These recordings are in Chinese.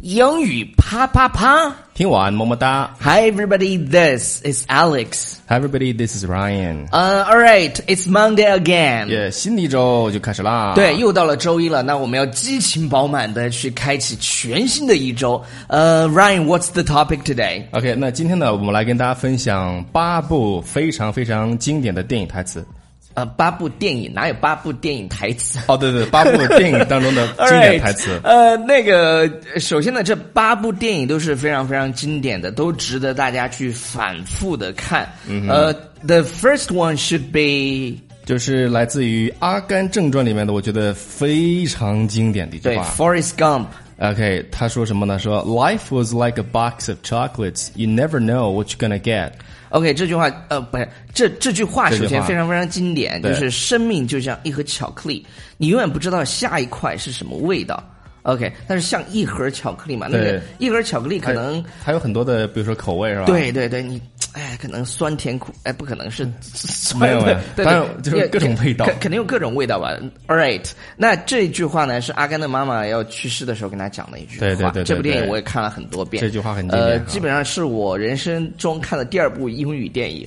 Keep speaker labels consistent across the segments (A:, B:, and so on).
A: 英语啪啪啪。
B: 听完么么哒
A: Hi everybody, this is Alex.
B: ，Hi everybody, this is Ryan。
A: Uh, all right, it's Monday again.
B: 也、新的一周就开始啦。
A: 对，，又到了周一了，那我们要激情饱满的去开启全新的一周。呃、r y a n what's the topic today?
B: OK，那今天呢，我们来跟大家分享八部非常非常经典的电影台词。
A: 呃，八部电影哪有八部电影台词啊？
B: 哦，对对，八部电影当 中的经典台词。
A: Alright，呃，那个，首先呢，这八部电影都是非常非常经典的，都值得大家去反复的看。呃，the first one should be
B: 就是来自于《阿甘正传》里面的，我觉得非常经典的一句
A: 对
B: 话。
A: Forrest Gump。
B: OK，他说什么呢？说 Life was like a box of chocolates, you never know what you're gonna get。
A: OK，这句话呃不是这这句话
B: 这句
A: 首
B: 话
A: 先非常非常经典，就
B: 对
A: 是生命就像一盒巧克力，你永远不知道下一块是什么味道。OK，但是像一盒巧克力嘛，那个
B: 对哎
A: 一盒巧克力可能
B: 还有很多的，比如说口味是吧？，
A: 对对对，你哎可能酸甜苦哎不可能是
B: 没
A: 酸
B: 有没有
A: 的， 对
B: 当然就是
A: 也
B: 各种味道
A: 肯肯定有各种味道吧。All right，那这句话呢是阿甘的妈妈要去世的时候跟他讲的一句话。
B: 对对对对
A: 这部电影
B: 对
A: 我也看了很多遍。
B: 这句话很经典
A: 呃，
B: 啊
A: 基本上是我人生中看的第二部英语电 影，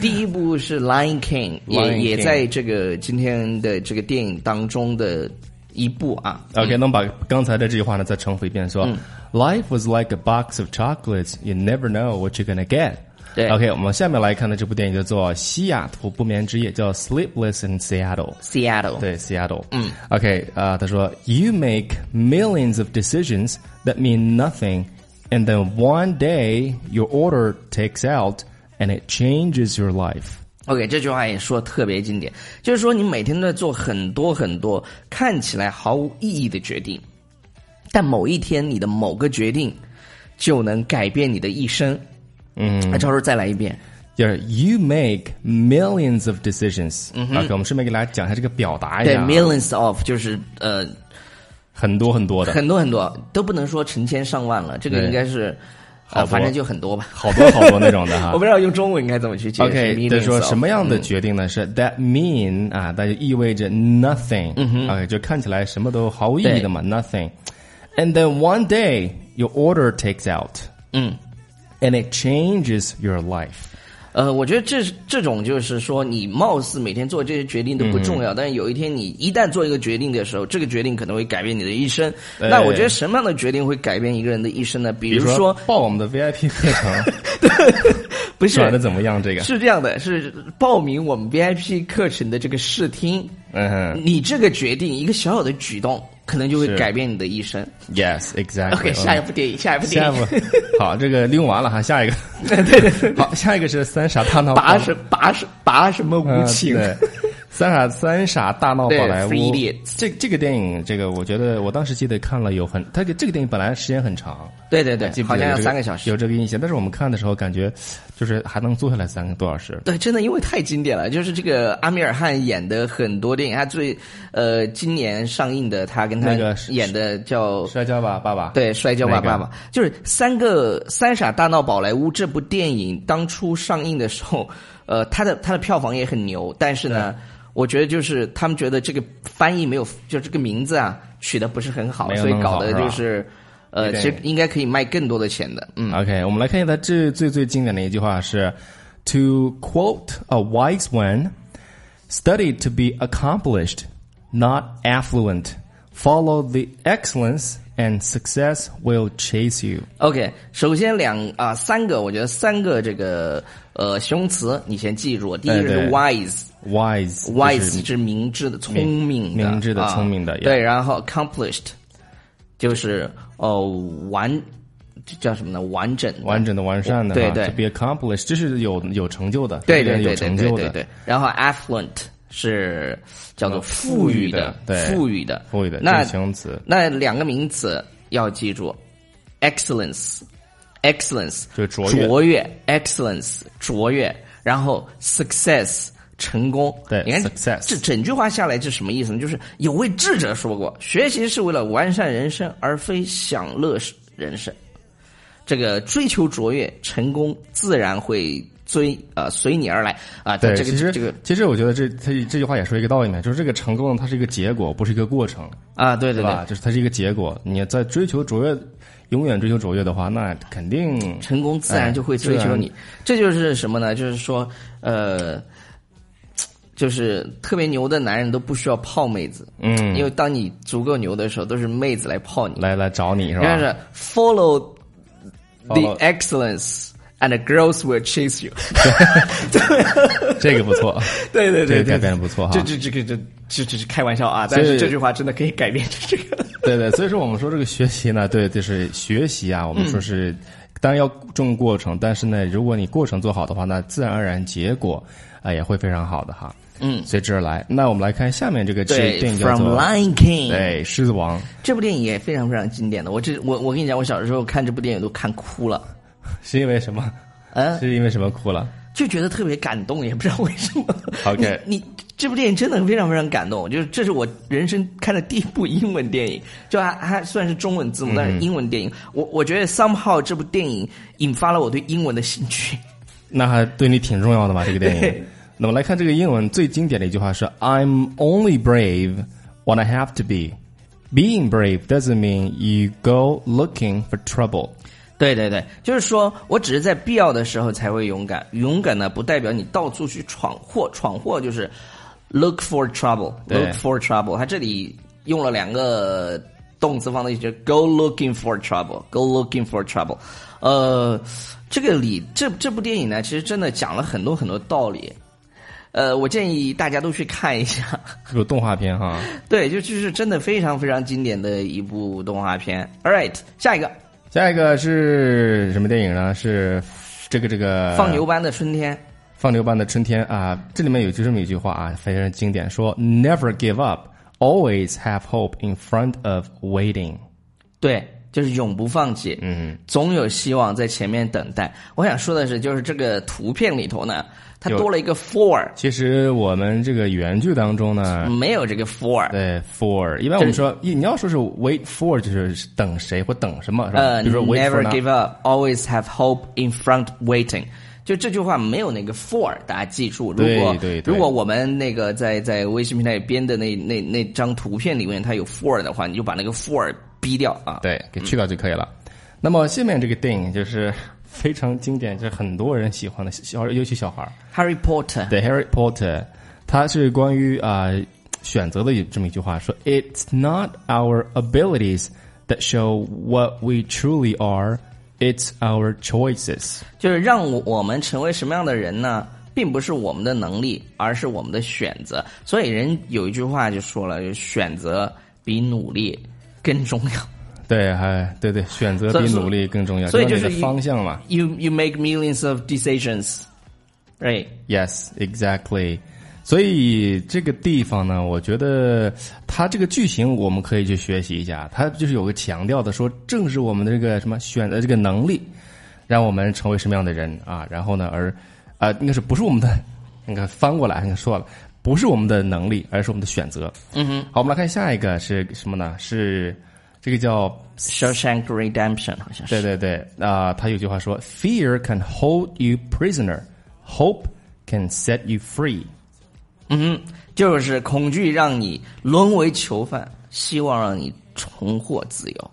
A: 第一部是《Lion King》，也
B: Lion
A: 也
B: King
A: 在这个今天的这个电影当中的一部啊。
B: OK，那我们把刚才的这句话呢再重复一遍，说、Life was like a box of chocolates, you never know what you're gonna get。
A: 对
B: OK，我们下面来看的这部电影叫做《西雅图不眠之夜》，叫《Sleepless in Seattle》。
A: Seattle，
B: 对，Seattle。嗯，OK，啊、他说，You make millions of decisions that mean nothing, and then one day your order takes out, and it changes your life.
A: OK，这句话也说得特别经典，就是说你每天都在做很多很多看起来毫无意义的决定，但某一天你的某个决定就能改变你的一生。嗯，那超叔再来一遍。
B: 就是 you make millions of decisions。OK，我们顺便给大家讲一下这个表达一
A: 对
B: 下啊，
A: ，millions of 就是呃
B: 很多很多的，
A: 很多很多，都不能说成千上万了，这个
B: 对
A: 应该是，
B: 好
A: 呃，
B: 多
A: 反正就很多吧。
B: 好多好多那种的哈
A: 我。不知道用中文应该怎么去解释。
B: OK，就
A: millions
B: 说
A: of 嗯
B: 什么样的决定呢？是 that mean 啊，那就意味着 nothing。OK，就
A: 嗯
B: 看起来什么都毫无意义的嘛，nothing。And then one day your order takes out。
A: 嗯。
B: And it changes your life。
A: 呃，我觉得这是这种就是说，你貌似每天做这些决定都
B: 嗯
A: 不重要，但是有一天你一旦做一个决定的时候，这个决定可能会改变你的一生。
B: 对
A: 那我觉得什么样的决定会改变一个人的一生呢？比
B: 哎比
A: 如
B: 如
A: 说，
B: 报我们的 VIP 课程
A: 不是
B: 转的怎么样？这个，
A: 是这样的，是报名我们 VIP 课程的这个试听，
B: 嗯哼
A: 你这个决定一个小小的举动，可能就会
B: 是
A: 改变你的一生。OK，
B: ，Yes，exactly。
A: 下一部电影，下一部电
B: 嗯下一
A: 影，
B: 步，好，这个利用完了哈，下一个，
A: 对对对，
B: 好，下一个是三傻大闹宝
A: 拔什拔什拔什么无
B: 嗯
A: 情？
B: 对，三傻三傻大闹宝莱
A: 对，Three
B: 坞
A: Idiots。
B: 这这个电影，这个我觉得我当时记得看了有很，它这这个电影本来时间很长，
A: 对对
B: 记
A: 对，
B: 不
A: 好像
B: 记得
A: 要
B: 有这
A: 三个小时。
B: 有这个印象。但是我们看的时候感觉，就是还能坐下来三个多小时。
A: 对，真的因为太经典了，就是这个阿米尔汗演的很多电影，他最呃今年上映的，他跟他
B: 那个是
A: 演的叫。
B: 摔跤吧，爸爸。
A: 对，《摔跤吧，
B: 那个
A: 爸爸》就是三个三傻大闹宝莱坞这部电影当初上映的时候，呃，它的它的票房也很牛，但是呢，我觉得就是他们觉得这个翻译没有，就这个名字啊取的不是很好，
B: 没有
A: 所以
B: 弄
A: 搞
B: 好
A: 得
B: 是吧
A: 就是，呃，
B: 有
A: 其
B: 点
A: 实应该可以卖更多的钱的，嗯。
B: OK，我们来看一下它最最最经典的一句话是：To quote a wise one, study to be accomplished, not affluent. Follow the excellence, and success will chase you.
A: OK，首先两啊、三个，我觉得三个这个呃形容词你先记住，第一个
B: 哎
A: 是
B: 对
A: wise，wise
B: Wise，就是
A: 是明智的、聪明的、
B: 明智的
A: 啊
B: 聪明的
A: 对，然后 accomplished 就是呃完，这叫什么呢？完整的，
B: 完整的、完善的，
A: 对
B: 哈
A: 对
B: ，to be accomplished，这是有有成就的，
A: 对对
B: 这是有
A: 对对
B: 成
A: 对
B: 就
A: 对
B: 的，
A: 对。然后 affluent 是叫做富
B: 呃富
A: 裕
B: 裕的
A: 的，
B: 对
A: 富裕的，
B: 富裕的，这
A: 那
B: 是形容词，
A: 那两个名词要记住，excellence。excellence
B: 就是卓越
A: 卓越，excellence 卓越，然后 success 成功。
B: 对
A: 你看
B: success
A: 这整句话下来是什么意思呢？就是有位智者说过，学习是为了完善人生，而非享乐人生。这个追求卓越，成功自然会追呃随你而来啊。
B: 对，
A: 这个
B: 其实
A: 这个
B: 其实我觉得这他这句话也说一个道理呢，就是这个成功它是一个结果，不是一个过程，
A: 啊，对对
B: 对
A: 对
B: 吧？就是它是一个结果，你在追求卓越永远追求卓越的话，那肯定
A: 成功自
B: 哎
A: 然就会追求你。这就是什么呢？就是说，呃，就是特别牛的男人都不需要泡妹子，
B: 嗯，
A: 因为当你足够牛的时候，都是妹子来泡你。
B: 来来找你是
A: 然
B: 吧？
A: 后是 follow the
B: Follow-
A: excellence and the girls will chase you。
B: 这个不错，
A: 对对 对
B: 这个
A: 对，
B: 改编得不错哈
A: 这这这个这这这是开玩笑啊，
B: 所以
A: 但是这句话真的可以改变这 个。
B: 对对，所以说我们说这个学习呢，对，就是学习啊，我
A: 嗯
B: 们说是、当然要重过程，但是呢，如果你过程做好的话，那自然而然结果啊、也会非常好的哈。
A: 嗯，
B: 随之而来。那我们来看下面这个
A: 对
B: 电影叫
A: ，From
B: 做
A: Lion King。
B: 对《狮 子王》，
A: 这部电影也非常非常经典的。我这我我跟你讲，我小时候看这部电影都看哭了，
B: 是因为什么？
A: 嗯、
B: 是因为什么哭了？
A: 就觉得特别感动，也不知道为什么。
B: OK
A: 你你这部电影真的非常非常感动，就是这是我人生看的第一部英文电影，就还还算是中文字幕，但是英文电影，我我觉得 somehow 这部电影引发了我对英文的兴趣。
B: 那还对你挺重要的吧？这个电 影
A: 对。
B: 那么来看这个英文最经典的一句话是 "I'm only brave when I have to be." Being brave doesn't mean you go looking for trouble.
A: 对对对，就是说我只是在必要的时候才会勇敢，勇敢呢不代表你到处去闯祸，闯祸就是 look for
B: 对
A: trouble，look for trouble。它这里用了两个动词放在一起就是，go looking for trouble，go looking for trouble。呃，这个里这这部电影呢，其实真的讲了很多很多道理。呃，我建议大家都去看一下。
B: 这个动画片哈，
A: 对，就就是真的非常非常经典的一部动画片。All right，下一个
B: 下一个是什么电影呢？是这个这个
A: 《放牛班的春天》。
B: 放牛班的春天啊，这里面有就这么一句话啊，非常经典，说 Never give up, always have hope in front of waiting。
A: 对，就是永不放弃，
B: 嗯，
A: 总有希望在前面等待。我想说的是，就是这个图片里头呢，它
B: 有
A: 多了一个 for，
B: 其实我们这个原剧当中呢，
A: 没有这个 for。
B: 嗯对 for，一般我们说一你要说是 wait for，就是等谁或等什么，是吧？
A: 呃
B: 比如说 wait for
A: ，never
B: now
A: give up, always have hope in front waiting。就这句话没有那个 for，大家记住。如果
B: 对对对
A: 如果我们那个在在微信平台编的那那那张图片里面它有 for 的话，你就把那个 for 逼掉啊。
B: 对，给去掉就可以了。那么下面这个电影就是非常经典，就是很多人喜欢的小，尤其小孩儿。
A: Harry Potter，
B: The Harry Potter，它是关于啊、选择的有这么一句话，说 It's not our abilities that show what we truly are, it's our choices。
A: 就是让我我们成为什么样的人呢？并不是我们的能力，而是我们的选择。所以人有一句话就说了，就是选择比努力更重要。
B: 对，还对对，选择
A: 所以
B: 比
A: 说
B: 努力更重要，
A: 所以
B: 知
A: 就
B: 道
A: 是
B: 你的
A: 一
B: 方向嘛。
A: You you make millions of decisions, right?
B: Yes, exactly。所以这个地方呢，我觉得它这个剧情我们可以去学习一下。它就是有个强调的说，正是我们的这个什么选择这个能力，让我们成为什么样的人啊。然后呢，而啊、应该是不是我们的？那个翻过来，你说了，不是我们的能力，而是我们的选择。嗯哼。好，我们来看下一个是什么呢？是这个叫
A: Shawshank Redemption 好像
B: 对
A: 是。
B: 对对，啊、他有句话说，Fear can hold you prisoner, hope can set you free。
A: 嗯哼，就是恐惧让你沦为囚犯，希望让你重获自由。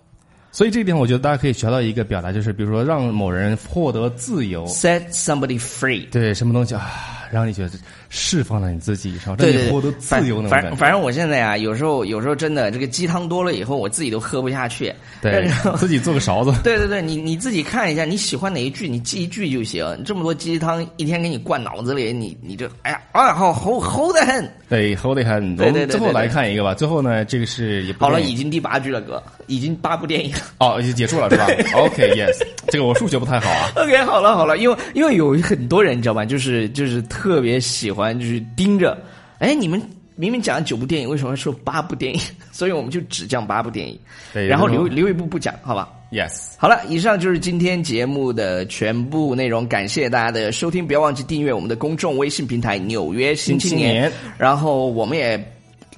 B: 所以这一点，我觉得大家可以学到一个表达，就是比如说让某人获得自由，
A: Set somebody free.
B: 对什么东西啊，让你觉得释放了你自己，然后让
A: 对
B: 你
A: 对，
B: 获得
A: 对
B: 自由那种
A: 反反
B: 感觉。
A: 反正我现在啊，有时候有时候真的这个鸡汤多了以后，我自己都喝不下去。
B: 对
A: 然后，
B: 自己做 个勺子。
A: 对对对，你你自己看一下，你喜欢哪一句，你记一句就行。这么多鸡汤一天给你灌脑子里，你你这哎呀，啊，好齁齁的很。
B: 对，好厉害！我
A: 对对
B: 们
A: 对
B: 最后
A: 对
B: 来
A: 对
B: 看一个吧。最后呢，这个是也不
A: 好了，
B: 是
A: 已经第八句了，哥，已经八部电影了。
B: 哦，已经结束了是吧？OK，yes，这个我数学不太好啊。
A: OK，好了好了，因为因为有很多人你知道吧，就是就是特别喜欢就是盯着，哎，你们明明讲了九部电影，为什么说八部电影？ 所以我们就只讲八部电影，
B: 对
A: 然后
B: 有时候
A: 留留一部不讲，好吧？
B: Yes，
A: 好了，以上就是今天节目的全部内容，感谢大家的收听，不要忘记订阅我们的公众微信平台《纽约新青
B: 新青年
A: 然后我们也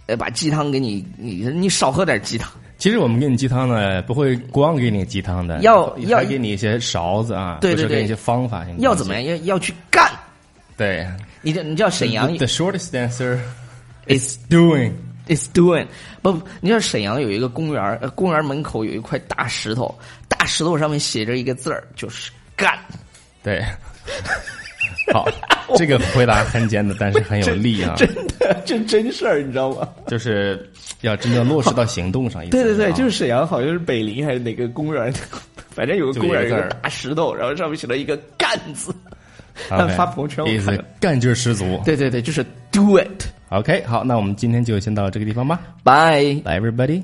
A: 呃把鸡汤给你，你你少喝点鸡汤，
B: 其实我们给你鸡汤呢，不会光给你鸡汤的，
A: 要
B: 还
A: 要
B: 给你一些勺子啊，
A: 对
B: 或者
A: 对对
B: 给你一些方法性的东西。
A: 要怎么样？要要去干。
B: 对
A: 你这你知道沈阳
B: ，The shortest answer
A: is
B: doing。
A: is doing 不，不你知道沈阳有一个公园儿，呃公园门口有一块大石头，大大石头上面写着一个字儿，就是干。
B: 对， 好，这个回答很简单，但是很有力啊，
A: 真的， 这真事儿，你知道吗？
B: 就是要真正落实到行动上。啊
A: 对对对，就是是沈阳，好像是北陵还是哪个公园儿， 反正有个
B: 就
A: 公园儿
B: 一
A: 有
B: 个字儿
A: 个大石头，然后上面写了一个“干”字。但发朋友圈我
B: 意思
A: 看了
B: 干劲儿十足。
A: 对对对，就是 “do it”。
B: OK，好，那我们今天就先到这个地方吧。
A: Bye。
B: Bye everybody。